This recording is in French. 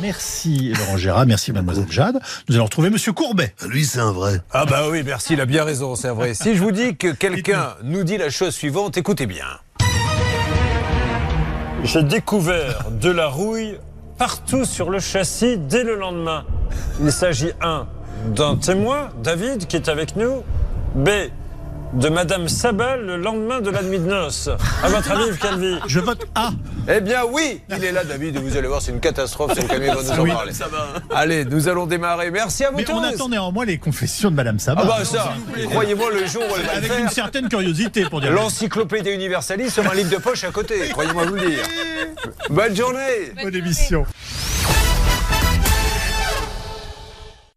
Merci Laurent Gérard, merci Mademoiselle Jade. Nous allons retrouver Monsieur Courbet. Lui, c'est un vrai. Ah bah oui, merci, il a bien raison, c'est vrai. Si je vous dis que quelqu'un nous dit la chose suivante, écoutez bien. J'ai découvert de la rouille partout sur le châssis dès le lendemain. Il s'agit un d'un témoin, David, qui est avec nous. B de Madame Sabal le lendemain de la nuit de noces. À votre avis, Yves Calvi Je vote A. Eh bien oui, il est là David, et vous allez voir, c'est une catastrophe, c'est le camion va nous en parler. hein. Allez, nous allons démarrer. Merci à vous Mais on tous. attend néanmoins les confessions de Madame Sabat. Ah bah ça, croyez-moi, le jour où elle va le Avec faire, une certaine curiosité pour dire. L'encyclopédie universaliste sera un livre de poche à côté, croyez-moi vous le dire. Bonne journée Bonne émission.